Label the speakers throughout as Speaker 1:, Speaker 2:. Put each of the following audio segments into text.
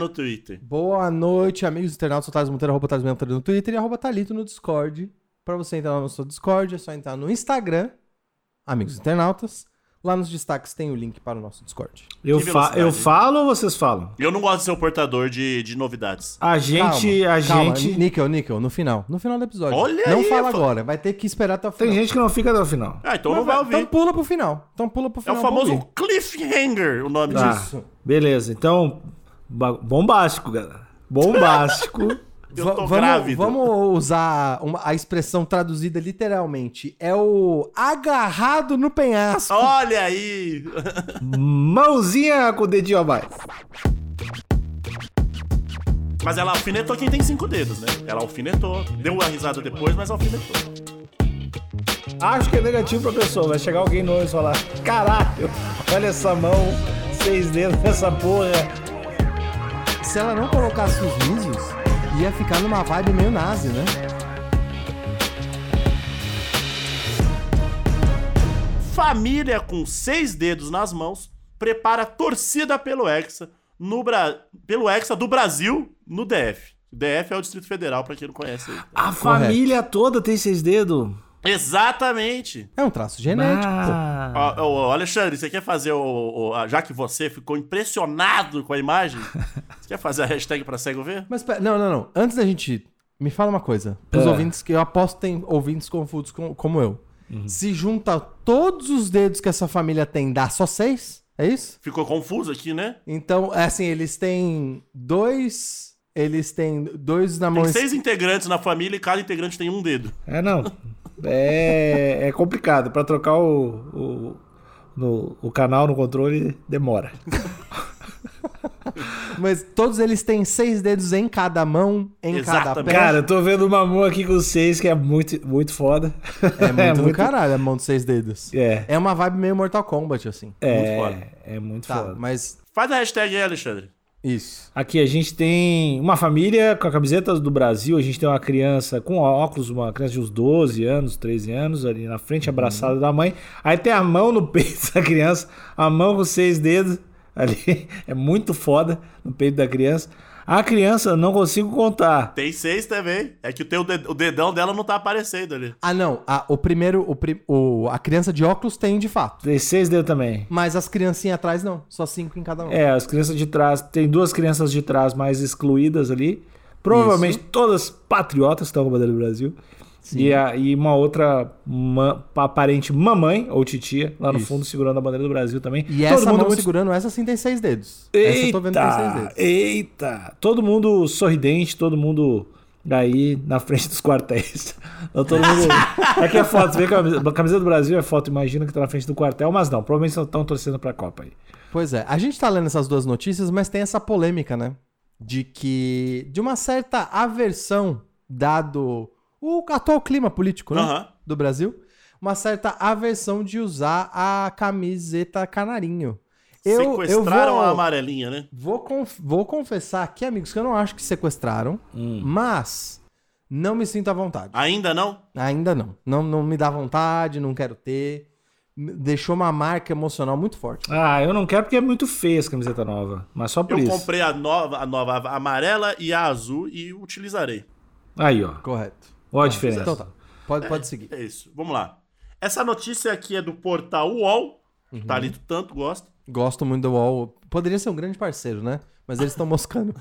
Speaker 1: no Twitter.
Speaker 2: Boa noite, amigos internautas. Sou Thales Monteiro, arroba Thales Monteiro no Twitter e arroba Thalito no Discord. Pra você entrar no nosso Discord, é só entrar no Instagram, amigos internautas. Lá nos destaques tem o link para o nosso Discord.
Speaker 3: Eu,
Speaker 1: Que
Speaker 3: fa
Speaker 1: velocidade,
Speaker 3: eu
Speaker 1: hein?
Speaker 3: falo ou vocês falam?
Speaker 1: Eu não gosto de ser o portador de, de novidades.
Speaker 3: A gente,
Speaker 2: Calma,
Speaker 3: a
Speaker 2: calma.
Speaker 3: gente.
Speaker 2: Níquel, Níquel, no final. No final do episódio.
Speaker 1: Olha
Speaker 2: Não
Speaker 1: aí,
Speaker 2: fala
Speaker 1: fa-
Speaker 2: agora, vai ter que esperar até o final.
Speaker 3: Tem gente que não fica até o final.
Speaker 1: Ah, então
Speaker 2: Mas
Speaker 1: não vai
Speaker 2: Então
Speaker 1: ouvir.
Speaker 2: pula pro final. Então pula pro
Speaker 1: É
Speaker 2: final.
Speaker 1: o
Speaker 2: pra
Speaker 1: famoso
Speaker 2: ouvir.
Speaker 1: cliffhanger o nome
Speaker 3: Tá,
Speaker 1: disso.
Speaker 3: beleza. Então, ba- bombástico, galera. Bombástico.
Speaker 1: Eu
Speaker 2: Va-
Speaker 1: tô
Speaker 2: vamos,
Speaker 1: grávido.
Speaker 2: Vamos usar uma- a expressão traduzida literalmente. É o agarrado no penhasco.
Speaker 1: Olha aí!
Speaker 3: Mãozinha com o dedinho abaixo.
Speaker 1: Mas ela alfinetou quem tem cinco dedos, né? Ela alfinetou. Deu uma risada depois, mas alfinetou.
Speaker 3: Acho que é negativo pra pessoa. Vai chegar alguém novo e falar: caralho, olha essa mão, seis dedos nessa porra.
Speaker 2: Se ela não colocasse os mísios, ia ficar numa vibe meio nazi, né?
Speaker 1: Família com seis dedos nas mãos prepara torcida pelo Hexa, no Bra... pelo Hexa do Brasil no DF. DF é o Distrito Federal, pra quem não conhece aí.
Speaker 3: A família toda tem seis dedos.
Speaker 1: Exatamente.
Speaker 2: É um traço genético.
Speaker 3: Ah,
Speaker 1: Ó, ó, ó, Alexandre, você quer fazer o, o- a- Já que você ficou impressionado com a imagem, você quer fazer a hashtag pra cego ver?
Speaker 2: Mas pera, não, não, não. Antes da gente. Me fala uma coisa. Os
Speaker 3: Ah.
Speaker 2: ouvintes que eu aposto que tem ouvintes confusos com- como eu. Se junta todos os dedos que essa família tem, dá só seis? É isso?
Speaker 1: Ficou confuso aqui, né?
Speaker 2: Então, é assim, eles têm dois. Eles têm dois na mão
Speaker 1: Tem
Speaker 2: esquerda.
Speaker 1: seis integrantes na família e cada integrante tem um dedo.
Speaker 3: é, não. É, é complicado. Pra trocar o, o, no- o canal no controle, demora.
Speaker 2: Mas todos eles têm seis dedos em cada mão, em cada
Speaker 1: Exatamente.
Speaker 2: pé.
Speaker 3: Cara, eu tô vendo uma mão aqui com seis que é muito, muito foda.
Speaker 2: é muito, do caralho a mão de seis dedos.
Speaker 3: É,
Speaker 2: É uma vibe meio Mortal Kombat, assim.
Speaker 3: é,
Speaker 1: muito foda.
Speaker 3: é muito
Speaker 2: Tá,
Speaker 3: foda.
Speaker 2: mas
Speaker 1: Faz a hashtag aí, Alexandre.
Speaker 2: isso.
Speaker 3: Aqui a gente tem uma família com a camiseta do Brasil, a gente tem uma criança com óculos, uma criança de uns 12 anos, 13 anos, ali na frente, abraçada da mãe. Aí tem a mão no peito da criança, a mão com seis dedos ali, é muito foda no peito da criança. A criança, não consigo contar.
Speaker 1: Tem seis também. É que o, teu ded- o dedão dela não tá aparecendo ali.
Speaker 2: Ah, não. a- o primeiro. O, pri- o- a criança de óculos tem de fato.
Speaker 3: Tem seis dedos também.
Speaker 2: Mas as criancinhas atrás não. Só cinco em cada um.
Speaker 3: É, as crianças de trás, tem duas crianças de trás mais excluídas ali. Provavelmente todas patriotas que estão com a bandeira do Brasil. E, a- e uma outra ma- aparente mamãe ou titia lá no
Speaker 2: Isso.
Speaker 3: fundo segurando a bandeira do Brasil também.
Speaker 2: E essa mão
Speaker 3: muito-
Speaker 2: segurando, essa sim tem seis dedos. Essa eu tô vendo que tem seis
Speaker 3: Eita,
Speaker 2: dedos.
Speaker 3: eita. Todo mundo sorridente, todo mundo aí na frente dos quartéis. Não, todo mundo... Aqui é foto, você vê que a camisa- a camiseta do Brasil é foto, imagina que tá na frente do quartel, mas não, provavelmente estão torcendo pra Copa aí.
Speaker 2: Pois é, a gente tá lendo essas duas notícias, mas tem essa polêmica, né? De que. De uma certa aversão dado o atual clima político, né?
Speaker 1: Aham.
Speaker 2: do Brasil, uma certa aversão de usar a camiseta canarinho. Eu, eu vou,
Speaker 1: Sequestraram a amarelinha, né?
Speaker 2: vou, conf- vou confessar aqui, amigos, que eu não acho que sequestraram, mas não me sinto à vontade.
Speaker 1: Ainda não?
Speaker 2: Ainda não. não. Não me dá vontade, não quero ter. Me- Deixou uma marca emocional muito forte.
Speaker 3: Ah, eu não quero porque é muito feia essa camiseta nova. Mas só por
Speaker 1: Eu
Speaker 3: isso.
Speaker 1: comprei a nova, a nova a amarela e a azul e utilizarei.
Speaker 3: Aí, ó.
Speaker 2: Correto.
Speaker 3: Olha a diferença.
Speaker 2: Então tá. Pode, pode seguir.
Speaker 1: É isso. Vamos lá. Essa notícia aqui é do portal UOL.
Speaker 2: Uhum.
Speaker 1: que O Talito tanto gosta.
Speaker 2: Gosto muito do UOL. Poderia ser um grande parceiro, né? Mas eles estão moscando.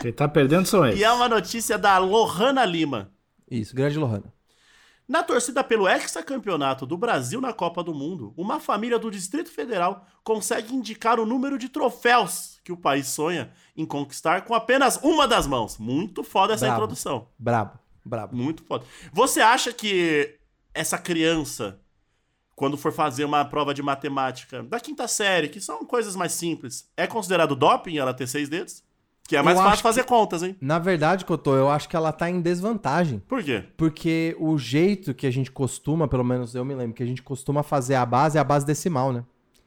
Speaker 3: Quem tá perdendo são eles.
Speaker 1: E é uma notícia da Lohana Lima.
Speaker 2: Isso, grande Lohana.
Speaker 1: Na torcida pelo hexacampeonato do Brasil na Copa do Mundo, uma família do Distrito Federal consegue indicar o número de troféus que o país sonha em conquistar com apenas uma das mãos. Muito foda essa
Speaker 2: Bravo.
Speaker 1: introdução.
Speaker 2: Brabo, brabo.
Speaker 1: Muito foda. Você acha que essa criança, quando for fazer uma prova de matemática da quinta série, que são coisas mais simples, é considerado doping ela ter seis dedos? Que é mais
Speaker 2: Eu
Speaker 1: fácil
Speaker 2: acho
Speaker 1: fazer contas, hein?
Speaker 2: Na verdade, Cotô, eu acho que ela tá em desvantagem.
Speaker 1: Por quê?
Speaker 2: Porque o jeito que a gente costuma, pelo menos eu me lembro, que a gente costuma fazer a base é a base decimal, né?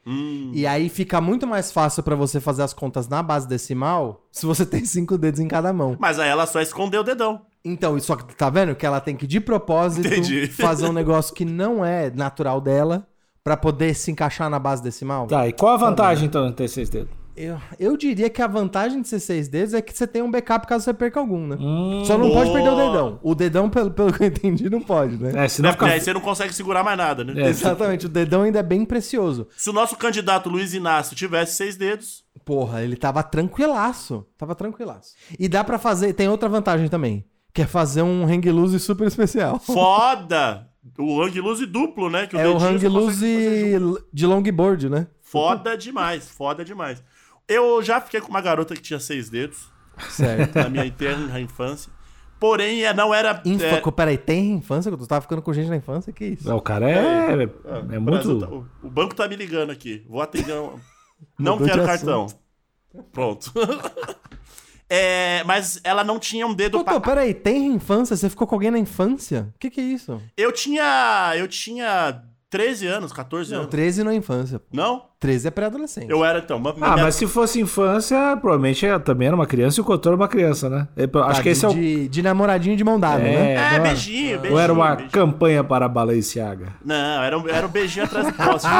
Speaker 1: Hum,
Speaker 2: E aí fica muito mais fácil pra você fazer as contas na base decimal se você tem cinco dedos em cada mão.
Speaker 1: Mas aí ela só escondeu o dedão.
Speaker 2: Então, e só que tá vendo que ela tem que de propósito
Speaker 1: Entendi.
Speaker 2: fazer um negócio que não é natural dela pra poder se encaixar na base decimal.
Speaker 3: Tá, e qual a vantagem então de ter seis dedos?
Speaker 2: Eu, eu diria que a vantagem de ser seis dedos é que você tem um backup caso você perca algum, né?
Speaker 3: Hum.
Speaker 2: Só não pode
Speaker 1: Boa.
Speaker 2: perder o dedão. O dedão, pelo, pelo que eu entendi, não pode, né?
Speaker 3: É, se
Speaker 1: Né?
Speaker 3: não
Speaker 1: Porque
Speaker 3: fica.
Speaker 1: aí você não consegue segurar mais nada, né?
Speaker 3: É.
Speaker 2: Exatamente, o dedão ainda é bem precioso.
Speaker 1: Se o nosso candidato Luiz Inácio tivesse seis dedos,
Speaker 2: Porra, ele tava tranquilaço. Tava tranquilaço. E dá pra fazer. Tem outra vantagem também. Que é fazer um hang loose super especial.
Speaker 1: foda! O hang loose duplo, né? Que
Speaker 2: é o
Speaker 1: dedinho
Speaker 2: hang
Speaker 1: você consegue fazer junto.
Speaker 2: loose de longboard, né?
Speaker 1: Foda demais, foda demais. Eu já fiquei com uma garota que tinha seis dedos
Speaker 3: É.
Speaker 2: Certo.
Speaker 1: na minha eterna infância. Porém, é- não era.
Speaker 2: Infa,
Speaker 1: é,
Speaker 2: co- Peraí, tem infância? que Tu tava ficando com gente na infância? Que isso?
Speaker 3: Não, o cara é, é,
Speaker 1: o Brasil
Speaker 3: muito.
Speaker 1: tá- o, o banco tá me ligando aqui. Vou atender. um- não
Speaker 2: Mudou de
Speaker 1: quero
Speaker 2: assunto.
Speaker 1: cartão. Pronto. É, mas ela não tinha um dedo
Speaker 2: Doutor,
Speaker 1: pra.
Speaker 2: peraí, tem infância? Você ficou com alguém na infância? O que, que é isso?
Speaker 1: Eu tinha. Eu tinha 13 anos, 14
Speaker 2: Não,
Speaker 1: anos.
Speaker 2: 13 não é infância. pô.
Speaker 1: Não?
Speaker 2: 13 é pré-adolescente.
Speaker 1: Eu era então. mas-
Speaker 3: Ah,
Speaker 1: minha-
Speaker 3: mas se fosse infância, provavelmente ela também era uma criança e o Cotô era uma criança, né? É, pro- Acho
Speaker 2: Tá,
Speaker 3: que esse é o.
Speaker 2: de, de namoradinho de mão dada,
Speaker 3: É,
Speaker 2: né?
Speaker 1: É,
Speaker 3: não era?
Speaker 1: beijinho, beijinho.
Speaker 3: Ou era uma
Speaker 1: beijinho.
Speaker 3: campanha para a Balenciaga?
Speaker 1: Não, era um, era um beijinho atrás do próximo.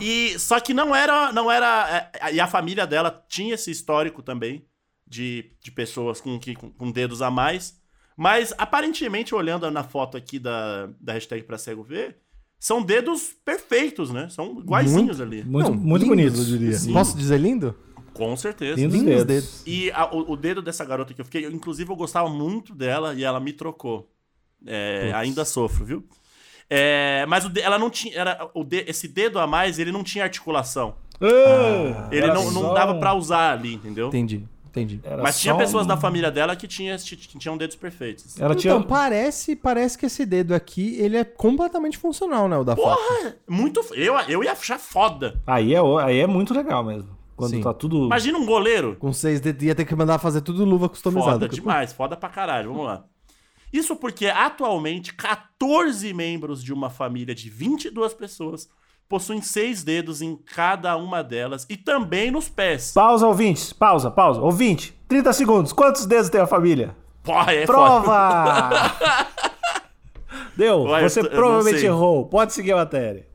Speaker 1: e só que não era, não era é, e a família dela tinha esse histórico também de, de pessoas com, que- com, com dedos a mais. Mas aparentemente olhando na foto aqui da, da hashtag pra cego ver, são dedos perfeitos, né? São iguaizinhos ali.
Speaker 3: Muito,
Speaker 2: Não,
Speaker 3: muito
Speaker 2: lindos,
Speaker 3: bonito, eu diria.
Speaker 2: Sim. Posso dizer lindo?
Speaker 1: Com certeza.
Speaker 3: Lindos,
Speaker 2: Lindos
Speaker 3: dedos.
Speaker 2: dedos.
Speaker 1: E a- o, o dedo dessa garota que eu fiquei, eu, inclusive eu gostava muito dela e ela me trocou. É, ainda sofro, viu? É, mas o de- ela não tinha. Era, o de- esse dedo a mais, ele não tinha articulação.
Speaker 3: Ah,
Speaker 1: Ele
Speaker 3: era
Speaker 1: não, não
Speaker 3: só
Speaker 1: dava
Speaker 3: um-
Speaker 1: pra usar ali, entendeu?
Speaker 2: Entendi, entendi.
Speaker 3: era
Speaker 1: Mas tinha
Speaker 3: só
Speaker 1: pessoas
Speaker 3: um-
Speaker 1: da família dela que, tinha, um que tinham dedos perfeitos.
Speaker 3: Ela tinha.
Speaker 2: Então, parece, parece que esse dedo aqui, ele é completamente funcional, né? O da foto.
Speaker 1: Muito. f- Eu, eu ia achar foda.
Speaker 3: Aí, é, o- aí é muito legal mesmo. Quando
Speaker 2: Sim.
Speaker 3: tá tudo.
Speaker 1: Imagina um goleiro.
Speaker 2: Com seis dedos, ia ter que mandar fazer tudo luva customizada.
Speaker 1: Foda demais, foda pra caralho. Vamos lá. Isso porque atualmente 14 membros de uma família de 22 pessoas possuem seis dedos em cada uma delas e também nos pés.
Speaker 3: Pausa, ouvintes. Pausa, pausa. Ouvinte, 30 segundos. Quantos dedos tem a família?
Speaker 1: Porra, é foda.
Speaker 3: Prova! Deu.
Speaker 1: Ué, eu
Speaker 3: Você
Speaker 1: tô- eu não
Speaker 3: provavelmente
Speaker 1: sei.
Speaker 3: errou. Pode seguir a matéria.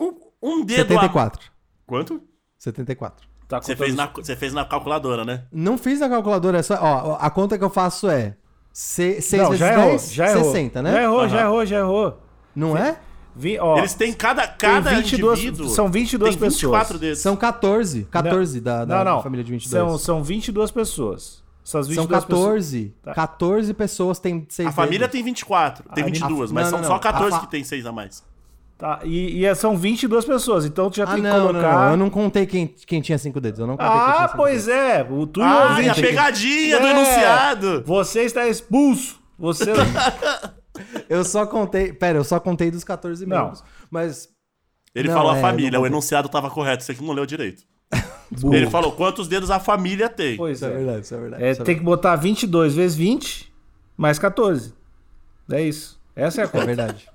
Speaker 1: Um, um dedo
Speaker 2: 74.
Speaker 1: a... Quanto?
Speaker 2: 74.
Speaker 3: Tá
Speaker 1: Você
Speaker 3: contando-
Speaker 1: fez, na, você fez na calculadora, né?
Speaker 2: Não fiz a calculadora, é só, ó, a conta que eu faço é 6
Speaker 3: Não,
Speaker 2: vezes
Speaker 3: já errou.
Speaker 2: 10,
Speaker 3: já errou.
Speaker 2: 60, né?
Speaker 3: Já errou,
Speaker 1: Aham.
Speaker 3: já errou, já errou.
Speaker 2: Não é?
Speaker 3: Vi, ó,
Speaker 1: Eles têm cada,
Speaker 3: tem
Speaker 1: cada
Speaker 3: 22
Speaker 1: indivíduo...
Speaker 3: São 22
Speaker 1: tem 24
Speaker 3: pessoas.
Speaker 1: dedos.
Speaker 2: São 14. 14 da, da
Speaker 3: não, não.
Speaker 2: família de 22.
Speaker 3: São, são 22 pessoas. Essas
Speaker 2: São
Speaker 3: 22 pessoas.
Speaker 2: 14.
Speaker 3: Tá.
Speaker 2: 14 pessoas têm 6
Speaker 1: A família tem 24, tem
Speaker 3: Ah, ele-
Speaker 1: 22,
Speaker 2: a-
Speaker 1: mas
Speaker 2: não,
Speaker 1: são
Speaker 2: não,
Speaker 1: só
Speaker 2: não.
Speaker 1: 14
Speaker 2: A fa-
Speaker 1: que tem seis a mais.
Speaker 3: Tá, e, e é- são 22 pessoas, então tu já
Speaker 2: Ah,
Speaker 3: tem que
Speaker 2: não, não,
Speaker 3: colocar.
Speaker 2: não. Eu não contei quem, quem tinha 5 dedos. Eu não contei quem tinha
Speaker 3: Ah,
Speaker 2: cinco dedos.
Speaker 3: pois é. O tu e o
Speaker 1: Ah, e a
Speaker 3: ouvinte.
Speaker 1: pegadinha do
Speaker 3: É,
Speaker 1: enunciado!
Speaker 3: Você está expulso. Você.
Speaker 2: Eu só contei. Pera, eu só contei dos 14
Speaker 3: Não.
Speaker 2: membros. Mas.
Speaker 1: Ele
Speaker 2: Não,
Speaker 1: falou a
Speaker 2: é,
Speaker 1: família,
Speaker 2: não-
Speaker 1: o enunciado tava correto, você que não leu direito. Ele falou quantos dedos a família tem.
Speaker 3: pois
Speaker 2: Isso é
Speaker 3: é.
Speaker 2: verdade, isso é verdade.
Speaker 3: É,
Speaker 2: isso é
Speaker 3: tem que botar 22 vezes 20 mais 14. É isso. Essa é a conta.
Speaker 2: verdade.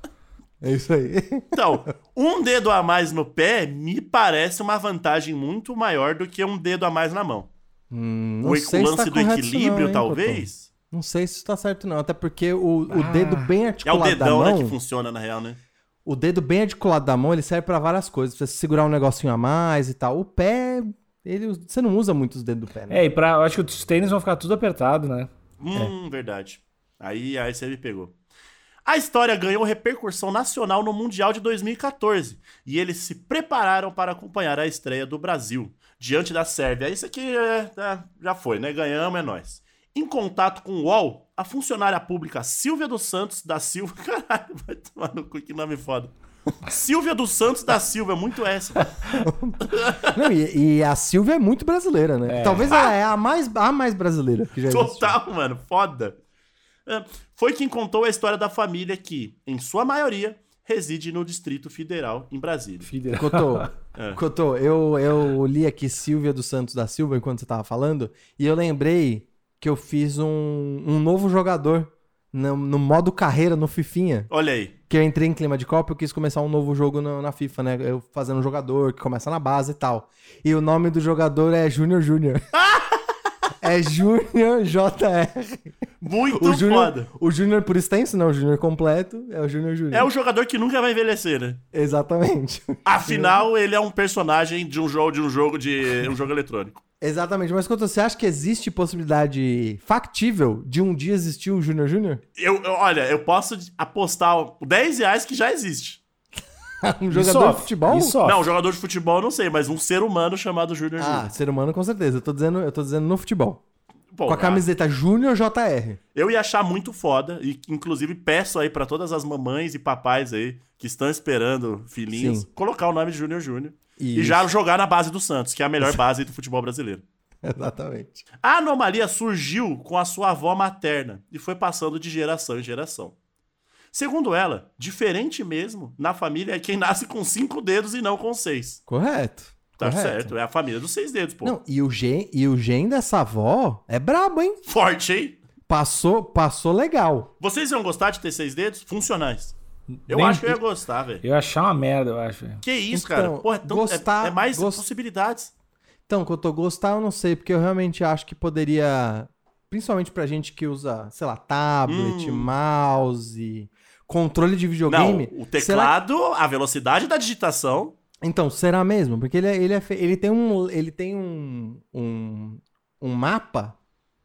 Speaker 2: É isso aí.
Speaker 1: Então, um dedo a mais no pé me parece uma vantagem muito maior do que um dedo a mais na mão.
Speaker 2: Hum,
Speaker 1: O, equ- o lance do
Speaker 2: correto isso
Speaker 1: equilíbrio,
Speaker 2: não, hein, Cotô?
Speaker 1: talvez.
Speaker 2: Não sei se isso tá certo, não. Até porque o, o dedo bem
Speaker 1: É o
Speaker 2: articulado
Speaker 1: dedão,
Speaker 2: Tipo, da mão.
Speaker 1: né, que funciona na real, né?
Speaker 2: O dedo bem articulado da mão, ele serve pra várias coisas. Pra você segurar um negocinho a mais e tal. O pé, ele, você não usa muito os dedos do pé, né?
Speaker 3: É, e pra, eu acho que os tênis vão ficar tudo apertado, né?
Speaker 1: Hum, verdade. Aí, aí você me pegou. A história ganhou repercussão nacional no Mundial de 2014 e eles se prepararam para acompanhar a estreia do Brasil diante da Sérvia. Isso aqui é, tá, já foi, né? Ganhamos, é nóis. Em contato com o UOL, a funcionária pública Silvia dos Santos da Silva. Caralho, vai tomar no cu, que nome foda. Silvia dos Santos da Silva, é muito essa.
Speaker 2: Não, e, e a Silvia é muito brasileira, né? Talvez ela é a mais, a mais brasileira que já existe.
Speaker 1: Ah. Total, mano, foda. É, Foi quem contou a história da família que, em sua maioria, reside no Distrito Federal, em Brasília.
Speaker 3: Fidel.
Speaker 2: Cotô,
Speaker 1: É.
Speaker 2: Cotô, eu, eu li aqui Silvia dos Santos da Silva enquanto você tava falando, e eu lembrei que eu fiz um, um novo jogador no, no modo carreira, no Fifinha,
Speaker 1: Olha aí.
Speaker 2: que eu entrei em clima de Copa e eu quis começar um novo jogo na, na FIFA, né? Eu fazendo um jogador que começa na base e tal. E o nome do jogador é Júnior Júnior. É Júnior JR.
Speaker 1: Muito
Speaker 2: O Júnior,
Speaker 1: foda.
Speaker 2: o Júnior por extenso, não, o Júnior completo, é o Júnior Júnior.
Speaker 1: É o jogador que nunca vai envelhecer, né?
Speaker 2: Exatamente.
Speaker 1: Afinal, ele é um personagem de um jogo de um jogo de um jogo eletrônico.
Speaker 2: Exatamente, mas quanto você acha que existe possibilidade factível de um dia existir o Júnior Júnior?
Speaker 1: Eu, eu- olha, eu posso apostar 10 reais que já existe. Ah,
Speaker 2: Um jogador de futebol?
Speaker 3: Isso ó.
Speaker 1: Não, um jogador de futebol eu não sei, mas um ser humano chamado Júnior
Speaker 2: Ah,
Speaker 1: Júnior.
Speaker 2: ser humano com certeza. Eu tô dizendo, eu tô dizendo no futebol.
Speaker 1: Bom,
Speaker 2: Com a camiseta Júnior JR.
Speaker 1: Eu ia achar muito foda, e inclusive peço aí pra todas as mamães e papais aí que estão esperando filhinhos,
Speaker 2: Sim.
Speaker 1: colocar o nome de Júnior Júnior. E
Speaker 2: Isso.
Speaker 1: já jogar na base do Santos, que é a melhor base do futebol brasileiro.
Speaker 2: Exatamente.
Speaker 1: A anomalia surgiu com a sua avó materna e foi passando de geração em geração. Segundo ela, diferente mesmo, na família é quem nasce com cinco dedos e não com seis.
Speaker 2: Correto.
Speaker 1: Tá
Speaker 2: correto.
Speaker 1: certo, é a família dos seis dedos, pô.
Speaker 2: Não, e o, gen, e o gen dessa avó é brabo, hein?
Speaker 1: Forte, hein?
Speaker 2: Passou, passou legal.
Speaker 1: Vocês iam gostar de ter seis dedos? Funcionais. Eu
Speaker 3: Nem-
Speaker 1: acho que é eu ia gostar, velho.
Speaker 3: Eu ia achar uma merda, eu acho. velho.
Speaker 1: Que isso,
Speaker 2: Então,
Speaker 1: cara? Porra, então,
Speaker 2: gostar-
Speaker 1: é, é mais
Speaker 2: gost-
Speaker 1: possibilidades.
Speaker 2: Então, quanto eu gostar, eu não sei, porque eu realmente acho que poderia. Principalmente pra gente que usa, sei lá, tablet,
Speaker 1: Hum.
Speaker 2: mouse, controle de
Speaker 1: Não,
Speaker 2: videogame.
Speaker 1: o
Speaker 2: Será
Speaker 1: teclado, a velocidade da digitação.
Speaker 2: Então, será mesmo? Porque ele, é- ele, é fe- ele tem um. Ele tem um. um, um mapa.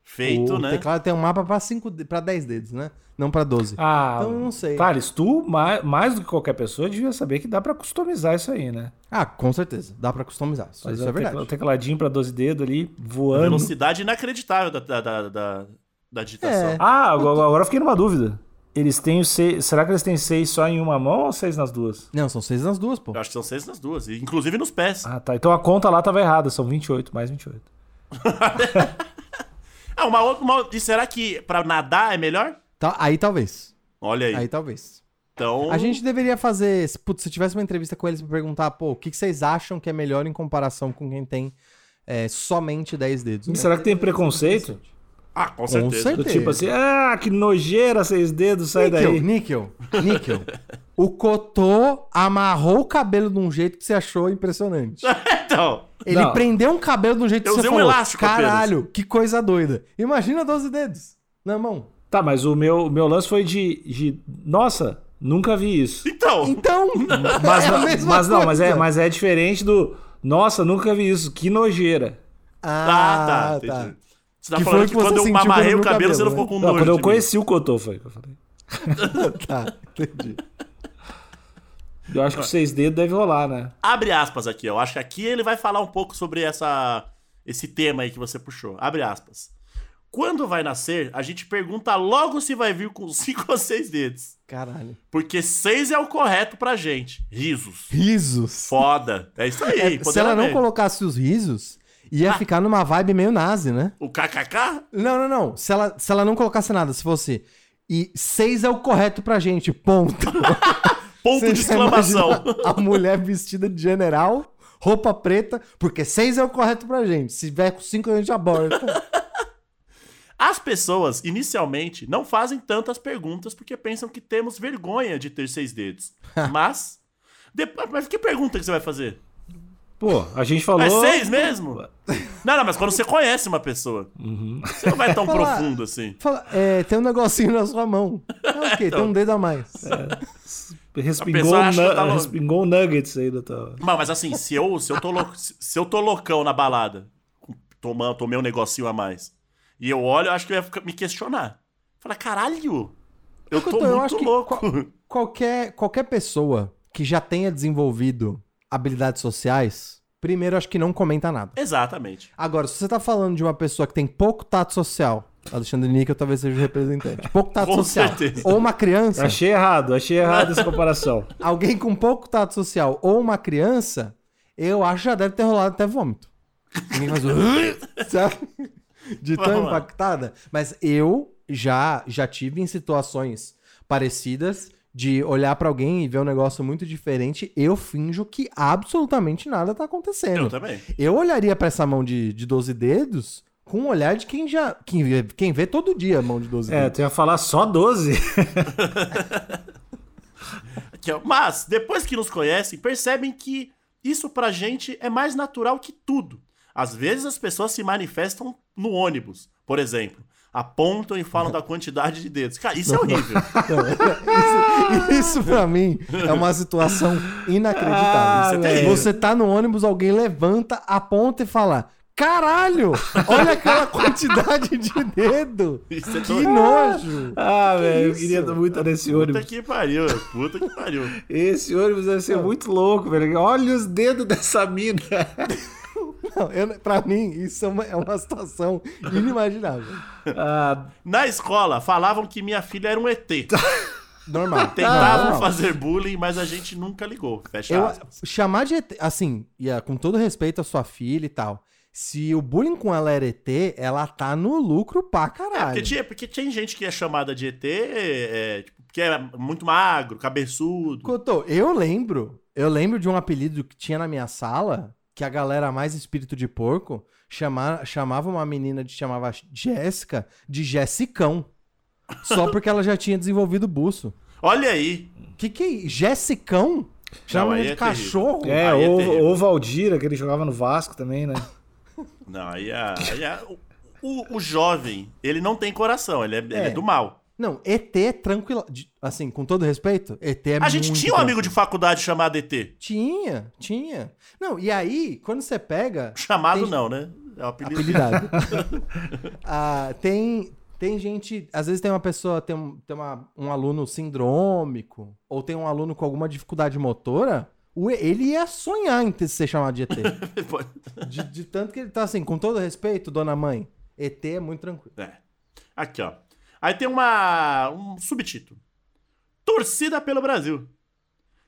Speaker 1: Feito,
Speaker 2: o
Speaker 1: né?
Speaker 2: teclado tem um mapa pra, cinco, de- pra 10 dedos, né? Não pra 12.
Speaker 3: Ah,
Speaker 2: então, eu não sei.
Speaker 3: Thales, tu, mais, mais do que qualquer pessoa, devia saber que dá pra customizar isso aí, né?
Speaker 2: Ah, com certeza. Dá pra customizar. Isso, isso
Speaker 3: um
Speaker 2: é verdade.
Speaker 3: tecla- tecladinho pra 12 dedos ali,
Speaker 1: A
Speaker 3: voando.
Speaker 1: velocidade inacreditável da, da, da, da, da digitação.
Speaker 2: É.
Speaker 3: Ah, agora agora eu fiquei numa dúvida. Eles têm os seis. Será que eles têm seis só em uma mão ou seis nas duas?
Speaker 2: Não, são seis nas duas, pô.
Speaker 1: Eu acho que são seis nas duas, e inclusive nos pés.
Speaker 3: Ah, tá. Então a conta lá tava errada, são 28, mais 28.
Speaker 1: Ah, uma outra. uma- E será que pra nadar é melhor?
Speaker 2: Tá- aí talvez.
Speaker 1: Olha aí.
Speaker 2: Aí talvez.
Speaker 1: Então.
Speaker 2: A gente deveria fazer. se- Putz, se tivesse uma entrevista com eles pra perguntar, pô, o que, que vocês acham que é melhor em comparação com quem tem é, somente 10 dedos? né?
Speaker 3: Será que tem preconceito?
Speaker 1: Ah, com
Speaker 2: Com
Speaker 1: certeza.
Speaker 3: Do
Speaker 2: certeza.
Speaker 3: tipo assim, ah, que nojeira, seis dedos, sai daí.
Speaker 2: Níquel, níquel, níquel. O Cotô amarrou o cabelo de um jeito que você achou impressionante.
Speaker 1: Então.
Speaker 2: Ele
Speaker 3: Não.
Speaker 2: prendeu um cabelo de um jeito
Speaker 1: Eu
Speaker 2: que você
Speaker 1: usei um
Speaker 2: falou,
Speaker 1: elástico
Speaker 2: caralho, que coisa doida. Imagina 12 dedos na mão.
Speaker 3: Tá, mas o meu, o meu lance foi de, de. Nossa, nunca vi isso.
Speaker 1: Então.
Speaker 2: Então,
Speaker 3: Mas,
Speaker 2: é a
Speaker 3: não,
Speaker 2: mesma
Speaker 3: mas não, mas é,
Speaker 2: coisa.
Speaker 3: mas é diferente do. Nossa, nunca vi isso. Que nojeira.
Speaker 1: Ah,
Speaker 2: Ah,
Speaker 1: tá.
Speaker 2: tá.
Speaker 1: entendi. Você tá
Speaker 2: Que foi
Speaker 1: falando
Speaker 2: que
Speaker 1: que,
Speaker 2: você
Speaker 1: quando eu
Speaker 2: sentiu
Speaker 1: amarrei
Speaker 2: quando
Speaker 1: o
Speaker 2: no
Speaker 1: cabelo, você não ficou
Speaker 2: cabelo,
Speaker 1: com
Speaker 3: Não,
Speaker 1: Um nojo.
Speaker 3: quando eu
Speaker 1: de mim.
Speaker 3: conheci o Cotô, foi o que eu falei.
Speaker 2: tá. Entendi.
Speaker 3: Eu
Speaker 1: Ah.
Speaker 3: acho que os seis dedos deve rolar, né?
Speaker 1: Abre aspas aqui, ó. Eu acho que aqui ele vai falar um pouco sobre essa, esse tema aí que você puxou. Abre aspas. Quando vai nascer, a gente pergunta logo se vai vir com cinco ou seis dedos.
Speaker 2: Caralho.
Speaker 1: Porque seis é o correto pra gente. Risos.
Speaker 2: Risos.
Speaker 1: Foda. É isso aí.
Speaker 2: É, se ela não
Speaker 1: empoderamento.
Speaker 2: colocasse os risos, ia
Speaker 1: Ah.
Speaker 2: ficar numa vibe meio nazi, né?
Speaker 1: O kkk?
Speaker 2: Não, não, não. Se ela, se ela não colocasse nada, se fosse. E seis é o correto pra gente, ponto.
Speaker 1: Ponto de
Speaker 2: Você já
Speaker 1: exclamação.
Speaker 2: imagina A mulher vestida de general, roupa preta, porque seis é o correto pra gente. Se vier com cinco, a gente aborta.
Speaker 1: As pessoas, inicialmente, não fazem tantas perguntas porque pensam que temos vergonha de ter seis dedos. Mas. Depois, mas que pergunta que você vai fazer?
Speaker 3: Pô, a gente falou.
Speaker 1: É seis mesmo? Não, não, mas quando você conhece uma pessoa, você não vai tão
Speaker 2: Fala-
Speaker 1: profundo assim.
Speaker 2: Fala, é, tem um negocinho na sua mão. É o quê?
Speaker 1: Então.
Speaker 2: Tem um dedo a mais.
Speaker 1: A
Speaker 3: Respingou,
Speaker 1: pessoa acha
Speaker 3: nu-
Speaker 1: que tá louco.
Speaker 3: respingou nuggets aí da tua.
Speaker 1: Mas, mas assim, se eu, se, eu tô lou- se se eu tô loucão na balada, tomando, tomei um negocinho a mais, e eu olho, eu acho que eu ia ficar- me questionar. Falar, caralho, eu tô
Speaker 2: Então, eu acho
Speaker 1: muito
Speaker 2: que
Speaker 1: louco.
Speaker 2: Qualquer, qualquer pessoa que já tenha desenvolvido habilidades sociais, primeiro acho que não comenta nada.
Speaker 1: Exatamente.
Speaker 2: Agora, se você tá falando de uma pessoa que tem pouco tato social, Alexandre Nickel talvez seja o representante. Pouco tato
Speaker 1: Com
Speaker 2: social.
Speaker 1: certeza.
Speaker 2: Ou uma criança.
Speaker 3: Achei errado, achei errado essa comparação.
Speaker 2: Alguém com pouco tato social ou uma criança, eu acho que já deve ter rolado até vômito. Ninguém faz. "Ugh", Sabe? De tão
Speaker 1: Vamos lá.
Speaker 2: impactada. Mas eu já, já tive em situações parecidas de olhar pra alguém e ver um negócio muito diferente, eu finjo que absolutamente nada tá acontecendo.
Speaker 1: Eu também.
Speaker 2: Eu olharia pra essa mão de, de 12 dedos com o olhar de quem já. Quem vê, quem vê todo dia a mão de 12
Speaker 3: É,
Speaker 2: dedos.
Speaker 3: tu ia falar só 12.
Speaker 1: Que é- Mas, depois que nos conhecem, percebem que isso pra gente é mais natural que tudo. Às vezes as pessoas se manifestam no ônibus, por exemplo. Apontam e falam da quantidade de dedos. Cara, isso é horrível.
Speaker 2: Isso, isso pra mim é uma situação
Speaker 3: Ah,
Speaker 2: inacreditável.
Speaker 3: velho.
Speaker 2: Você tá no ônibus, alguém levanta, aponta e fala: Caralho! Olha aquela quantidade de dedo!
Speaker 1: Isso é
Speaker 2: Que
Speaker 1: tão...
Speaker 2: nojo!
Speaker 3: Ah, velho, eu
Speaker 2: isso?
Speaker 3: queria muito estar nesse
Speaker 1: Puta
Speaker 3: ônibus. Ah.
Speaker 1: que pariu, puta que pariu.
Speaker 3: Esse ônibus deve ser muito louco, velho. Olha os dedos dessa mina.
Speaker 2: Não, eu, pra mim, isso é uma, é uma situação inimaginável.
Speaker 3: Ah,
Speaker 1: Na escola, falavam que minha filha era um ET.
Speaker 2: Normal.
Speaker 1: Tentavam
Speaker 2: Normal.
Speaker 1: fazer bullying, mas a gente nunca ligou. Fecha
Speaker 2: Eu,
Speaker 1: aspas. É,
Speaker 2: chamar de ET, assim, e ah, com todo respeito à sua filha e tal, se o bullying com ela era ET, ela tá no lucro pra
Speaker 1: É, porque
Speaker 2: caralho.
Speaker 1: tinha, porque tinha gente que é chamada de ET, é, tipo, porque era muito magro, cabeçudo.
Speaker 2: Cotô, eu lembro, eu lembro de um apelido que tinha na minha sala, que a galera mais espírito de porco chama- chamava uma menina de chamava Jéssica de Jessicão. Só porque ela já tinha desenvolvido buço.
Speaker 1: Olha aí.
Speaker 2: Que que é isso? Jessicão? Chama
Speaker 1: aí
Speaker 2: de
Speaker 1: é
Speaker 2: cachorro?
Speaker 3: é,
Speaker 1: Aí é terrível.
Speaker 3: ou, ou Valdir, que ele jogava no Vasco também, né?
Speaker 1: Não, aí, a, aí a- o, o, o jovem, ele não tem coração, ele é, ele é do mal.
Speaker 2: Não, ET é tranquilo. de- Assim, com todo respeito, ET é
Speaker 1: a gente
Speaker 2: muito
Speaker 1: tinha um amigo
Speaker 2: tranquilo.
Speaker 1: de faculdade chamado ET.
Speaker 2: Tinha, tinha. Não, e aí, quando você pega.
Speaker 1: Chamado
Speaker 2: Tem-
Speaker 1: não, né? É o apelido.
Speaker 2: Apelidado. Ah, tem, tem gente. Às vezes tem uma pessoa, tem, um, tem uma- um aluno sindrômico, ou tem um aluno com alguma dificuldade motora. o E- Ele ia sonhar em ter- ser chamado de ET. De, de tanto que ele tá assim, com todo respeito, dona mãe, ET é muito tranquilo.
Speaker 1: É. Aqui, ó. Aí tem uma, um subtítulo. Torcida pelo Brasil.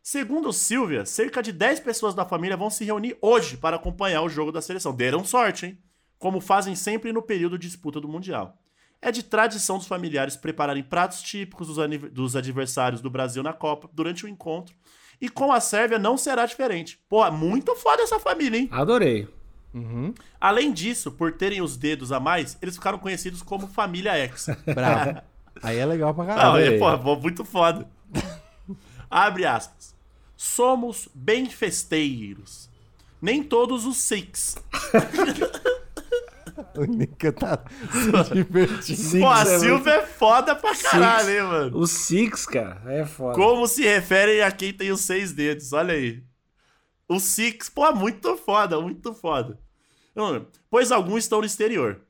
Speaker 1: Segundo Silvia, cerca de 10 pessoas da família vão se reunir hoje para acompanhar o jogo da seleção. Deram sorte, hein? Como fazem sempre no período de disputa do Mundial. É de tradição dos familiares prepararem pratos típicos dos, aniv- dos adversários do Brasil na Copa durante o encontro. E com a Sérvia não será diferente. Pô, é muito foda essa família, hein?
Speaker 3: Adorei.
Speaker 2: Uhum.
Speaker 1: Além disso, por terem os dedos a mais, eles ficaram conhecidos como Família X.
Speaker 2: Bravo. Aí é legal pra
Speaker 1: Não,
Speaker 2: caralho.
Speaker 3: Adorei.
Speaker 1: é, pô, pô, muito foda. Abre aspas. Somos bem festeiros. Nem todos os Six.
Speaker 2: O Nika tá se divertindo.
Speaker 3: Six
Speaker 1: pô, a
Speaker 3: é muito-
Speaker 1: Silva é foda pra caralho, hein, mano?
Speaker 3: O Six, cara, é foda.
Speaker 1: Como se referem a quem tem os seis dedos, olha aí. O Six, pô, é muito foda, muito foda. Hum, Pois alguns estão no exterior.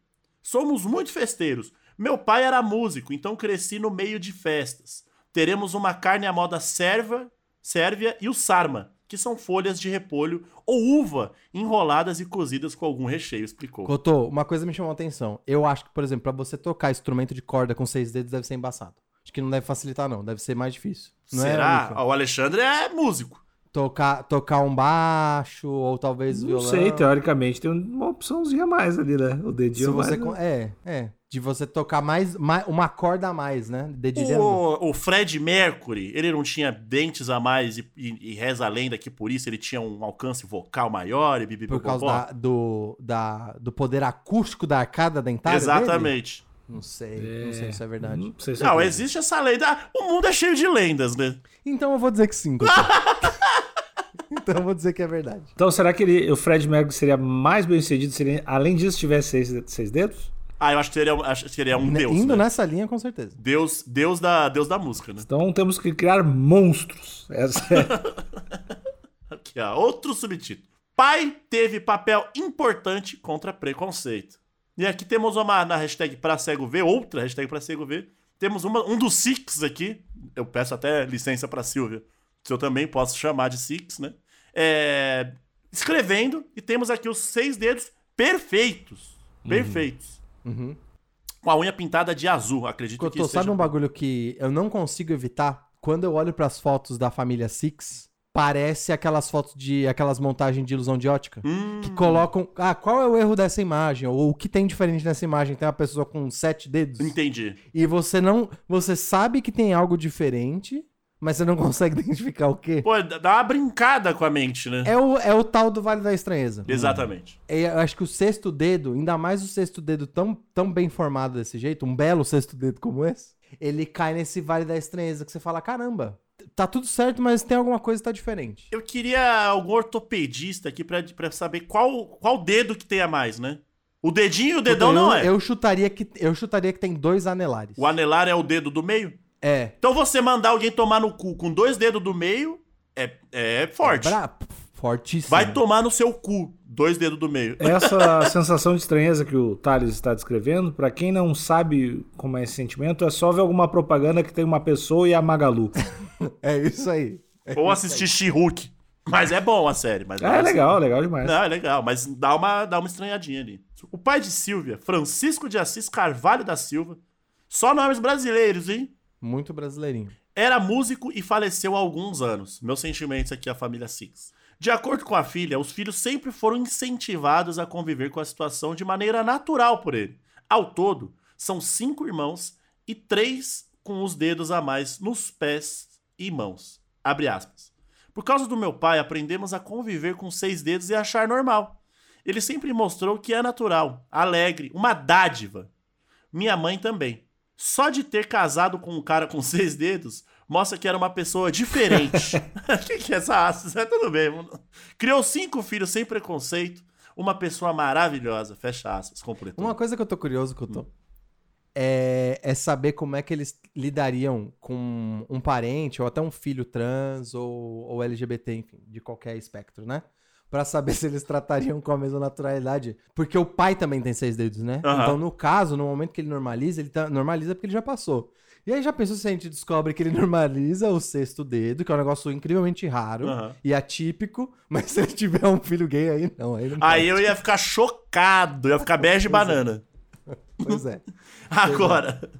Speaker 1: Somos muito festeiros. Meu pai era músico, então cresci no meio de festas. Teremos uma carne à moda serva, sérvia e o sarma, que são folhas de repolho ou uva enroladas e cozidas com algum recheio, explicou.
Speaker 2: Cotô, uma coisa me chamou a atenção. Eu acho que, por exemplo, pra você tocar instrumento de corda com seis dedos deve ser embaçado. Acho que não deve facilitar, não. Deve ser mais difícil. Não é,
Speaker 1: Será?
Speaker 2: Nika?
Speaker 1: Ó, o Alexandre é músico.
Speaker 2: tocar, tocar um baixo ou talvez
Speaker 3: Não
Speaker 2: violão.
Speaker 3: sei, teoricamente tem uma opçãozinha a mais ali, né? O
Speaker 2: Se
Speaker 3: dedinho a
Speaker 2: você
Speaker 3: mais.
Speaker 2: con-
Speaker 3: né?
Speaker 2: É, é. De você tocar mais, mais- uma corda a mais, né? Dedilhando.
Speaker 1: O, o Fred Mercury, ele não tinha dentes a mais e, e- e reza a lenda que por isso ele tinha um alcance vocal maior e bibi
Speaker 2: Por causa
Speaker 1: bobó?
Speaker 2: da- do, da- do poder acústico da arcada dentária dele?
Speaker 1: Exatamente.
Speaker 2: Não sei, não
Speaker 3: É.
Speaker 2: sei se é verdade.
Speaker 3: Não sei se
Speaker 1: Não,
Speaker 3: é-
Speaker 1: existe essa lenda. Ah, O mundo é cheio de lendas, né?
Speaker 2: Então eu vou dizer que sim. Cotô. então eu vou dizer que é verdade.
Speaker 3: Então será que ele- o Fred Mercury seria mais bem sucedido se ele, além disso, tivesse seis, seis dedos?
Speaker 1: Ah, eu acho que seria, acho que seria um
Speaker 2: Ne-
Speaker 1: deus,
Speaker 2: Indo
Speaker 1: né?
Speaker 2: nessa linha, com certeza.
Speaker 1: Deus, deus, da, deus da música, né?
Speaker 3: Então temos que criar monstros. Essa é-
Speaker 1: Aqui, ó, outro subtítulo. Pai teve papel importante contra preconceito. E aqui temos uma na hashtag pra cego ver, outra hashtag pra cego ver. Temos uma, um dos Six aqui. Eu peço até licença pra Silvia, se eu também posso chamar de Six, né? É, escrevendo, e temos aqui os seis dedos perfeitos. Perfeitos.
Speaker 2: Uhum.
Speaker 1: Com a unha pintada de azul, acredito que
Speaker 2: Cotô,
Speaker 1: isso seja...
Speaker 2: sabe um bagulho que eu não consigo evitar? Quando eu olho pras fotos da família Six, parece aquelas fotos de aquelas montagens de ilusão de ótica.
Speaker 1: Hum,
Speaker 2: Que colocam. Ah, qual é o erro dessa imagem? Ou o que tem diferente nessa imagem? Tem uma pessoa com sete dedos.
Speaker 1: entendi.
Speaker 2: E você não. Você sabe que tem algo diferente, mas você não consegue identificar o quê?
Speaker 1: Pô, dá dá uma brincada com a mente, né?
Speaker 2: É o, é o tal do Vale da Estranheza.
Speaker 1: Exatamente.
Speaker 2: É, Eu acho que o sexto dedo, ainda mais o sexto dedo tão, tão bem formado desse jeito, um belo sexto dedo como esse, ele cai nesse Vale da Estranheza que você fala: caramba, tá tudo certo, mas tem alguma coisa que tá diferente.
Speaker 1: Eu queria algum ortopedista aqui pra, pra saber qual, qual dedo que tem a mais, né? O dedinho e o dedão
Speaker 2: eu,
Speaker 1: não é.
Speaker 2: Eu chutaria, que, eu chutaria que tem dois anelares.
Speaker 1: O anelar é o dedo do meio?
Speaker 2: É.
Speaker 1: Então você mandar alguém tomar no cu com dois dedos do meio é, é forte.
Speaker 2: Bra... Fortíssimo.
Speaker 1: Vai tomar no seu cu, dois dedos do meio.
Speaker 3: Essa é sensação de estranheza que o Thales está descrevendo, pra quem não sabe como é esse sentimento, é só ver alguma propaganda que tem uma pessoa e a Magalu.
Speaker 2: É isso aí. Ah,
Speaker 1: Ou assistir She-Hulk. Mas é bom a série. Mas não
Speaker 3: É legal, legal demais.
Speaker 1: Não, é legal, mas dá uma, dá uma estranhadinha ali. O pai de Silvia, Francisco de Assis Carvalho da Silva, só nomes brasileiros, hein?
Speaker 2: Muito brasileirinho.
Speaker 1: Era músico e faleceu há alguns anos. Meus sentimentos aqui à família Six. De acordo com a filha, os filhos sempre foram incentivados a conviver com a situação de maneira natural por ele. Ao todo, são cinco irmãos e três com os dedos a mais nos pés e mãos. Abre aspas. Por causa do meu pai, aprendemos a conviver com seis dedos e achar normal. Ele sempre mostrou que é natural, alegre, uma dádiva. Minha mãe também. Só de ter casado com um cara com seis dedos mostra que era uma pessoa diferente. O que, que é essa aspas? Mas tudo bem. Criou cinco filhos sem preconceito. Uma pessoa maravilhosa. Fecha aspas. Completou.
Speaker 2: Uma coisa que eu tô curioso que eu
Speaker 1: Hum.
Speaker 2: tô. É, é saber como é que eles lidariam com um parente ou até um filho trans ou, ou LGBT, enfim, de qualquer espectro, né? Pra saber se eles tratariam com a mesma naturalidade. Porque o pai também tem seis dedos, né?
Speaker 1: Aham.
Speaker 2: Então, no caso, no momento que ele normaliza, ele tá- normaliza porque ele já passou. E aí já pensou se a gente descobre que ele normaliza o sexto dedo, que é um negócio incrivelmente raro
Speaker 1: Aham.
Speaker 2: e atípico, mas se ele tiver um filho gay aí, não. Aí, não
Speaker 1: Aí eu ia ficar chocado. Eu ia ficar bege banana.
Speaker 2: pode. Pois é.
Speaker 1: Agora.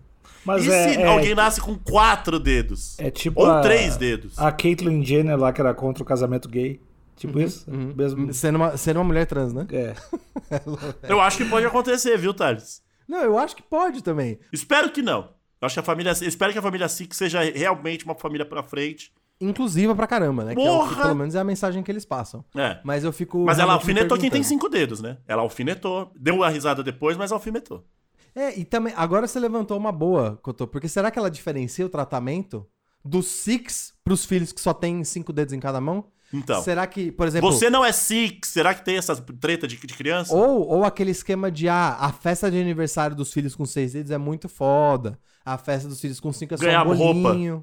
Speaker 3: Mas
Speaker 1: e
Speaker 3: é,
Speaker 1: se
Speaker 3: é-
Speaker 1: alguém nasce com quatro dedos?
Speaker 3: é tipo.
Speaker 1: Ou
Speaker 3: a- Ah,
Speaker 1: três dedos?
Speaker 3: A Caitlyn Jenner lá, que era contra o casamento gay. Tipo
Speaker 1: Uhum,
Speaker 3: isso?
Speaker 1: Hum.
Speaker 3: Mesmo.
Speaker 2: Sendo uma, sendo uma mulher trans, né?
Speaker 3: É.
Speaker 1: Eu acho que pode acontecer, viu, Thales?
Speaker 2: Não, eu acho que pode também.
Speaker 1: Espero que não. Eu acho que a família, espero que a família Six seja realmente uma família pra frente.
Speaker 2: Inclusiva pra caramba, né? Que é o que,
Speaker 1: Porra!
Speaker 2: pelo menos é a mensagem que eles passam.
Speaker 1: É.
Speaker 2: Mas eu fico.
Speaker 1: Mas ela
Speaker 2: realmente me
Speaker 1: alfinetou quem tem
Speaker 2: perguntando.
Speaker 1: cinco dedos, né? Ela alfinetou. Deu uma risada depois, mas alfinetou.
Speaker 2: É, e também. Agora você levantou uma boa, Cotô, porque será que ela diferencia o tratamento dos six pros filhos que só tem cinco dedos em cada mão?
Speaker 1: Então,
Speaker 2: Será que, por exemplo.
Speaker 1: você não é Six. Será que tem essas treta de, de criança?
Speaker 2: Ou, ou aquele esquema de ah, a festa de aniversário dos filhos com seis dedos é muito foda. A festa dos filhos com cinco é só
Speaker 1: Ganhar
Speaker 2: um
Speaker 1: roupa.
Speaker 2: bolinho.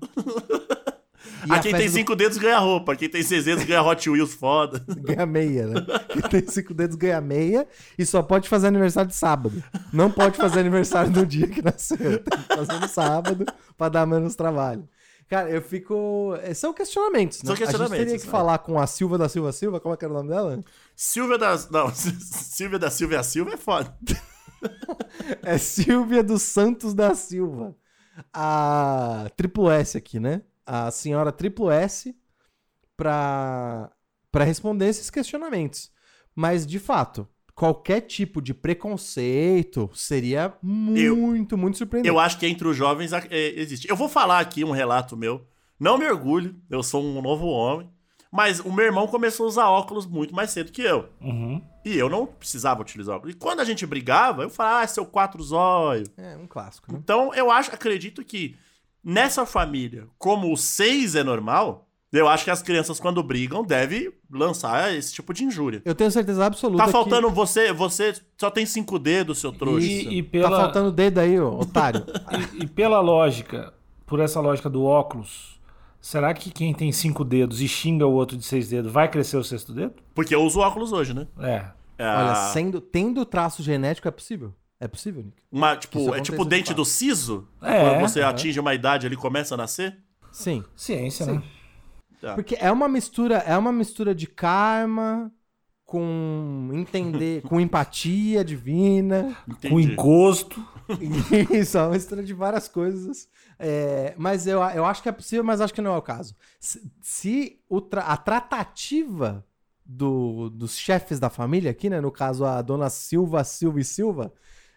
Speaker 2: E
Speaker 1: a Ah, quem
Speaker 2: festa
Speaker 1: tem
Speaker 2: do-
Speaker 1: cinco dedos ganha roupa. Quem tem seis dedos ganha Hot Wheels foda.
Speaker 2: Ganha meia, né? Quem tem cinco dedos ganha meia e só pode fazer aniversário de sábado. Não pode fazer aniversário no dia que nasceu. Tem que fazer no sábado pra dar menos trabalho. Cara, eu fico. é, São questionamentos, né?
Speaker 1: São
Speaker 2: A gente teria
Speaker 1: questionamentos,
Speaker 2: que
Speaker 1: né?
Speaker 2: falar com a Silva da Silva Silva, como é que era o nome dela?
Speaker 1: Silvia da. Não, Silvia da Silvia Silva é foda.
Speaker 2: É Silvia dos Santos da Silva. A triplo S aqui, né? A senhora triplo S pra, pra responder esses questionamentos. Mas, de fato, qualquer tipo de preconceito seria muito, muito surpreendente.
Speaker 1: Eu acho que entre os jovens é, existe. Eu vou falar aqui um relato meu. Não me orgulho, eu sou um novo homem. Mas o meu irmão começou a usar óculos muito mais cedo que eu.
Speaker 3: Uhum.
Speaker 1: E eu não precisava utilizar óculos. E quando a gente brigava, eu falava, ah, seu quatro zóio.
Speaker 2: É um clássico, né?
Speaker 1: Então eu acho, acredito que nessa família, como o seis é normal, eu acho que as crianças, quando brigam, devem lançar esse tipo de injúria.
Speaker 2: Eu tenho certeza absoluta.
Speaker 1: Tá faltando você, você só tem cinco dedos, seu
Speaker 2: Que...
Speaker 1: trouxa.
Speaker 2: Isso.
Speaker 3: E- e pela-
Speaker 2: Tá faltando dedo aí, ô, otário.
Speaker 3: E, e pela lógica, por essa lógica do óculos, será que quem tem cinco dedos e xinga o outro de seis dedos vai crescer o sexto dedo?
Speaker 1: Porque eu uso óculos hoje, né?
Speaker 3: É.
Speaker 2: Olha,
Speaker 1: Ah,
Speaker 2: sendo, tendo traço genético é possível. É possível, Nick.
Speaker 1: Uma,
Speaker 2: Isso
Speaker 1: tipo, é tipo
Speaker 2: acontece
Speaker 1: o
Speaker 2: de
Speaker 1: dente
Speaker 2: fato.
Speaker 1: do siso?
Speaker 3: É,
Speaker 1: Quando você
Speaker 3: é.
Speaker 1: atinge uma idade, ele começa a nascer?
Speaker 2: Sim.
Speaker 3: Ciência,
Speaker 2: Sim.
Speaker 3: né?
Speaker 1: Tá.
Speaker 2: Porque é uma mistura, é uma mistura de karma com entender, com empatia divina.
Speaker 3: Com encosto.
Speaker 2: Isso, é uma mistura de várias coisas. É, mas eu, eu acho que é possível, mas acho que não é o caso. Se, se o tra- a tratativa do- dos chefes da família aqui, né? No caso, a dona Silva, Silva e Silva,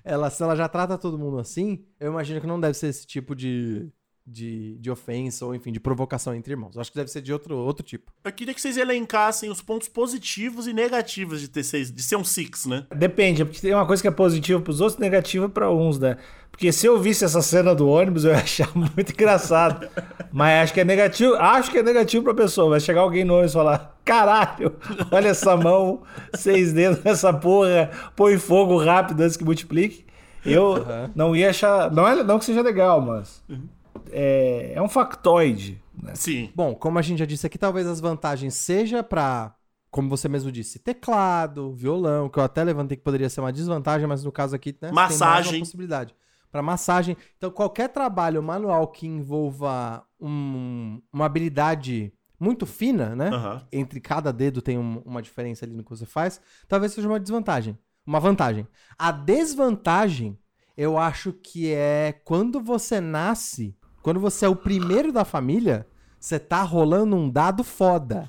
Speaker 2: ela, se ela já trata todo mundo assim, eu imagino que não deve ser esse tipo de, de, de ofensa ou, enfim, de provocação entre irmãos. Eu acho que deve ser de outro, outro tipo.
Speaker 1: Eu queria que vocês elencassem os pontos positivos e negativos de ter seis, de ser um Six, né?
Speaker 3: Depende, é porque tem uma coisa que é positiva pros outros, negativa pra uns, né? Porque se eu visse essa cena do ônibus, eu ia achar muito engraçado. Mas acho que é negativo, acho que é negativo pra pessoa. Vai chegar alguém no ônibus e falar: caralho, olha essa mão, seis dedos nessa porra, põe fogo rápido antes que multiplique. Eu não ia achar. Não, é, não que seja legal, mas.
Speaker 1: Uhum.
Speaker 3: É, é um factoide. Né?
Speaker 1: Sim.
Speaker 2: Bom, como a gente já disse aqui, talvez as vantagens seja pra, como você mesmo disse, teclado, violão, que eu até levantei que poderia ser uma desvantagem, mas no caso aqui, né, tem mais uma
Speaker 1: Massagem.
Speaker 2: possibilidade. Pra massagem. Então, qualquer trabalho manual que envolva um- uma habilidade muito fina, né?
Speaker 1: Aham.
Speaker 2: entre cada dedo tem um- uma diferença ali no que você faz, talvez seja uma desvantagem. Uma vantagem. A desvantagem, eu acho que é quando você nasce, quando você é o primeiro da família, você tá rolando um dado foda.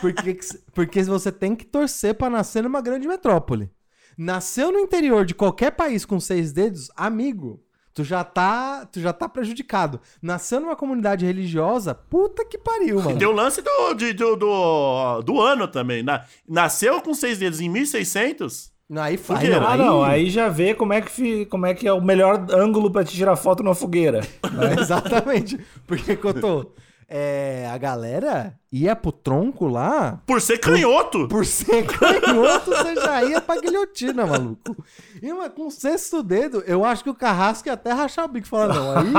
Speaker 2: Porque, porque você tem que torcer pra nascer numa grande metrópole. Nasceu no interior de qualquer país com seis dedos, amigo, tu já tá, tu já tá prejudicado. Nasceu numa comunidade religiosa, puta que pariu, mano.
Speaker 1: Tem o lance do, de- do, do, do ano também. Na- nasceu com seis dedos em 1600?
Speaker 2: Aí faz.
Speaker 1: Fogueira.
Speaker 3: Ah, não, aí já vê como é que, fi- como é, que é o melhor ângulo pra te tirar foto na fogueira.
Speaker 2: É, exatamente. Porque, Cotô, é, a galera ia pro tronco lá.
Speaker 1: Por ser canhoto.
Speaker 2: Por ser canhoto, você já ia pra guilhotina, maluco. E mas, com o sexto dedo, eu acho que o carrasco ia até rachar o bico e falar, não, aí...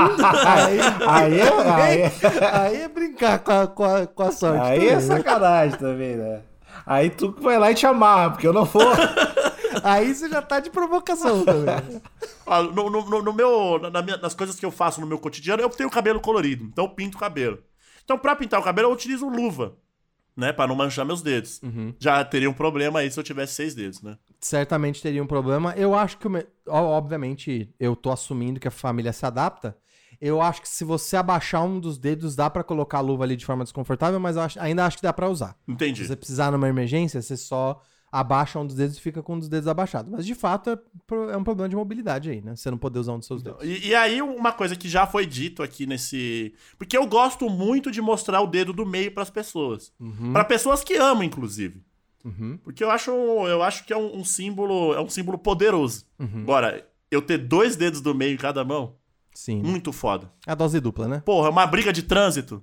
Speaker 3: Aí é- aí é-
Speaker 2: aí é brincar com a, com a, com a sorte
Speaker 3: Aí
Speaker 2: também,
Speaker 3: é
Speaker 2: né?
Speaker 3: sacanagem também, né? Aí tu vai lá e te amarra, porque eu não vou.
Speaker 2: Aí você já tá de provocação também.
Speaker 1: Ah, no, no- no- no meu, na- na minha- nas coisas que eu faço no meu cotidiano, eu tenho cabelo colorido, então eu pinto o cabelo. Então, pra pintar o cabelo, eu utilizo luva, né? Pra não manchar meus dedos.
Speaker 2: Uhum.
Speaker 1: Já teria um problema aí se eu tivesse seis dedos, né?
Speaker 2: certamente teria um problema. Eu acho que, o me- ó, obviamente, eu tô assumindo que a família se adapta. Eu acho que se você abaixar um dos dedos, dá pra colocar a luva ali de forma desconfortável, mas eu acho- ainda acho que dá pra usar. Se
Speaker 1: Entendi.
Speaker 2: você precisar numa emergência, você só abaixa um dos dedos e fica com um dos dedos abaixado. Mas de fato é, pro- é um problema de mobilidade aí, né? Você não poder usar um dos seus dedos.
Speaker 1: E, e aí, uma coisa que já foi dito aqui nesse. Porque eu gosto muito de mostrar o dedo do meio pras pessoas. Pra pessoas que amam, inclusive.
Speaker 2: Uhum.
Speaker 1: Porque eu acho, eu acho que é um, um símbolo. É um símbolo poderoso.
Speaker 2: Uhum.
Speaker 1: Agora, eu ter dois dedos do meio em cada mão,
Speaker 2: Sim. né?
Speaker 1: muito foda.
Speaker 2: A dose dupla, né?
Speaker 1: Porra, é uma briga de trânsito,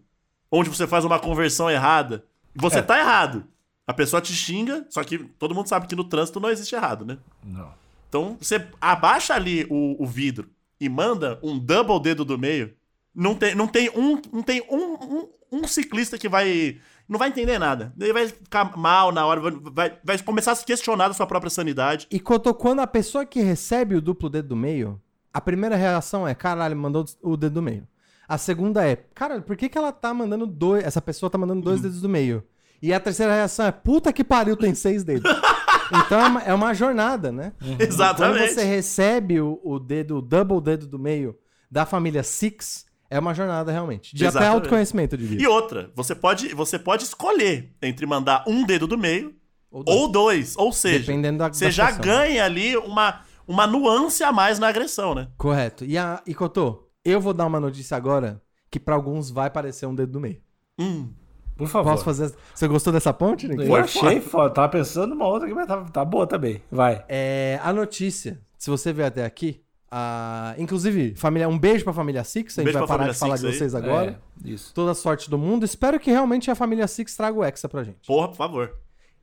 Speaker 1: onde você faz uma conversão errada. Você
Speaker 2: É.
Speaker 1: tá errado. A pessoa te xinga, só que todo mundo sabe que no trânsito não existe errado, né?
Speaker 3: Não.
Speaker 1: Então você abaixa ali o, o vidro e manda um double dedo do meio. Não tem, não tem, um, não tem um, um, um ciclista que vai. Não vai entender nada. Ele vai ficar mal na hora, vai- vai, vai começar a se questionar da sua própria sanidade.
Speaker 2: E Cotô, quando a pessoa que recebe o duplo dedo do meio, a primeira reação é, caralho, mandou o dedo do meio. A segunda é, caralho, por que, que ela tá mandando dois. Essa pessoa tá mandando
Speaker 1: Uhum.
Speaker 2: dois dedos do meio? E a terceira reação é, puta que pariu, tem seis dedos. então é uma, é uma jornada, né? Quando
Speaker 1: Uhum. Exatamente.
Speaker 2: você recebe o, o dedo, o double dedo do meio da família Six, é uma jornada realmente. De até
Speaker 1: Exatamente.
Speaker 2: autoconhecimento de vida.
Speaker 1: E outra, você pode, você pode escolher entre mandar um dedo do meio
Speaker 2: dois.
Speaker 1: ou dois. Ou seja,
Speaker 2: dependendo da
Speaker 1: Você
Speaker 2: da né?
Speaker 1: já
Speaker 2: situação.
Speaker 1: ganha ali uma, uma nuance a mais na agressão, né?
Speaker 2: Correto. E, a, e Cotô, eu vou dar uma notícia agora que pra alguns vai parecer um dedo do meio.
Speaker 1: Hum.
Speaker 3: Por favor.
Speaker 2: Posso fazer. Você gostou dessa ponte, Nick?
Speaker 3: Eu achei foda. Tava pensando numa outra aqui, mas tá, tá boa também. Vai.
Speaker 2: É, a notícia, se você veio até aqui, a... inclusive, família, um beijo pra família Six, a gente
Speaker 1: Beijo
Speaker 2: vai
Speaker 1: pra
Speaker 2: parar de
Speaker 1: família
Speaker 2: falar
Speaker 1: Six
Speaker 2: de
Speaker 1: aí.
Speaker 2: vocês agora.
Speaker 3: É, isso.
Speaker 2: Toda a sorte do mundo. Espero que realmente a família Six traga o Hexa pra gente.
Speaker 1: Porra, por favor.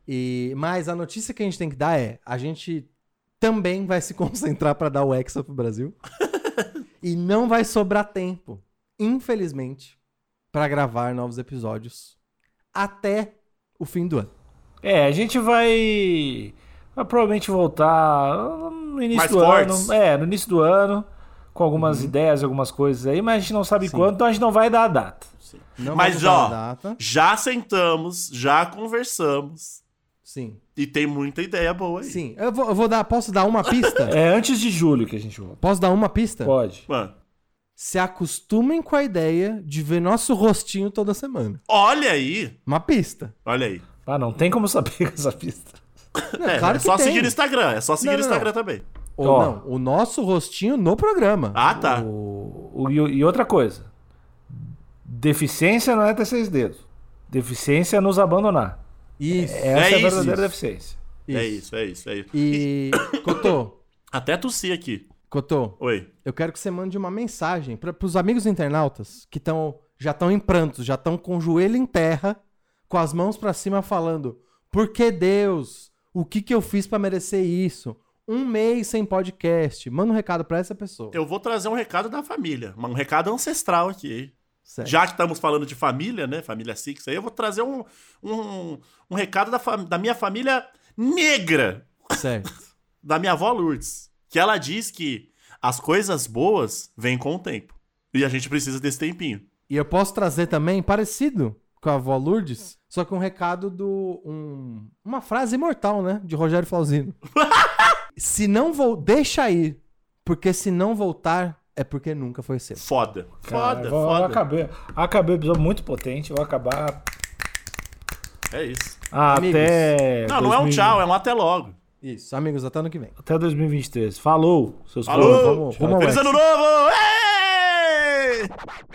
Speaker 2: E... Mas a notícia que a gente tem que dar é: a gente também vai se concentrar pra dar o Hexa pro Brasil. e não vai sobrar tempo, infelizmente, pra gravar novos episódios até o fim do ano.
Speaker 3: É, a gente vai. vai provavelmente voltar no início
Speaker 1: Mais
Speaker 3: do
Speaker 1: fortes.
Speaker 3: ano. É, no início do ano. Com algumas ideias, algumas coisas aí, mas a gente não sabe quando, então a gente não vai dar a data.
Speaker 2: Não
Speaker 1: Mas,
Speaker 2: vamos dar
Speaker 1: ó,
Speaker 2: a data.
Speaker 1: Já sentamos, já conversamos.
Speaker 2: Sim.
Speaker 1: E tem muita ideia boa aí.
Speaker 2: Sim. Eu vou, eu vou dar. Posso dar uma pista?
Speaker 3: É antes de julho que a gente volta.
Speaker 2: Posso dar uma pista?
Speaker 3: Pode.
Speaker 1: Mano,
Speaker 2: Se acostumem com a ideia de ver nosso rostinho toda semana.
Speaker 1: olha aí.
Speaker 2: Uma pista.
Speaker 1: Olha aí.
Speaker 3: Ah, não tem como saber com essa pista.
Speaker 2: Não,
Speaker 1: é,
Speaker 2: claro
Speaker 1: é
Speaker 2: que
Speaker 1: só
Speaker 2: tem.
Speaker 1: seguir o Instagram. É só seguir
Speaker 2: Não,
Speaker 1: o
Speaker 2: não,
Speaker 1: Instagram também.
Speaker 2: Ou
Speaker 3: Ó.
Speaker 2: não, o nosso rostinho no programa.
Speaker 1: Ah, tá.
Speaker 3: O- o- e, e outra coisa, Deficiência não é ter seis dedos. Deficiência é nos abandonar.
Speaker 2: Isso.
Speaker 3: Essa é, a
Speaker 1: isso,
Speaker 3: verdadeira
Speaker 1: isso.
Speaker 3: deficiência.
Speaker 1: É isso, é isso, é isso.
Speaker 2: E. Cotô,
Speaker 1: Até tossi aqui.
Speaker 2: Cotô,
Speaker 1: Oi.
Speaker 2: eu quero que você mande uma mensagem para os amigos internautas que tão, já estão em prantos, já estão com o joelho em terra, com as mãos para cima, falando: Por que Deus? O que, que eu fiz para merecer isso? Um mês sem podcast. Manda um recado para essa pessoa.
Speaker 1: Eu vou trazer um recado da família, um recado ancestral aqui.
Speaker 2: Sério.
Speaker 1: Já que estamos falando de família, né? Família Six, aí eu vou trazer um, um, um recado da, fam- da minha família negra,
Speaker 2: Certo.
Speaker 1: da minha avó Lourdes, que ela diz que as coisas boas vêm com o tempo. E a gente precisa desse tempinho.
Speaker 2: E eu posso trazer também, parecido com a avó Lourdes, só que um recado do. um- uma frase imortal, né? De Rogério Flauzino. se não vou. Deixa ir, porque se não voltar, é porque nunca foi seu.
Speaker 1: Foda.
Speaker 3: Cara,
Speaker 1: Foda,
Speaker 3: vou-
Speaker 1: foda.
Speaker 3: Eu acabei, acabei o episódio muito potente, vou acabar
Speaker 1: É isso.
Speaker 2: Amigos.
Speaker 3: até.
Speaker 1: não, não é um
Speaker 3: 2000
Speaker 1: tchau, é um até logo.
Speaker 2: Isso, amigos, até ano que vem.
Speaker 3: Até 2023. Falou, seus
Speaker 1: Falou.
Speaker 3: corvos.
Speaker 2: Vamos, vamos ao
Speaker 1: Feliz
Speaker 2: Ex.
Speaker 1: ano novo! Ei!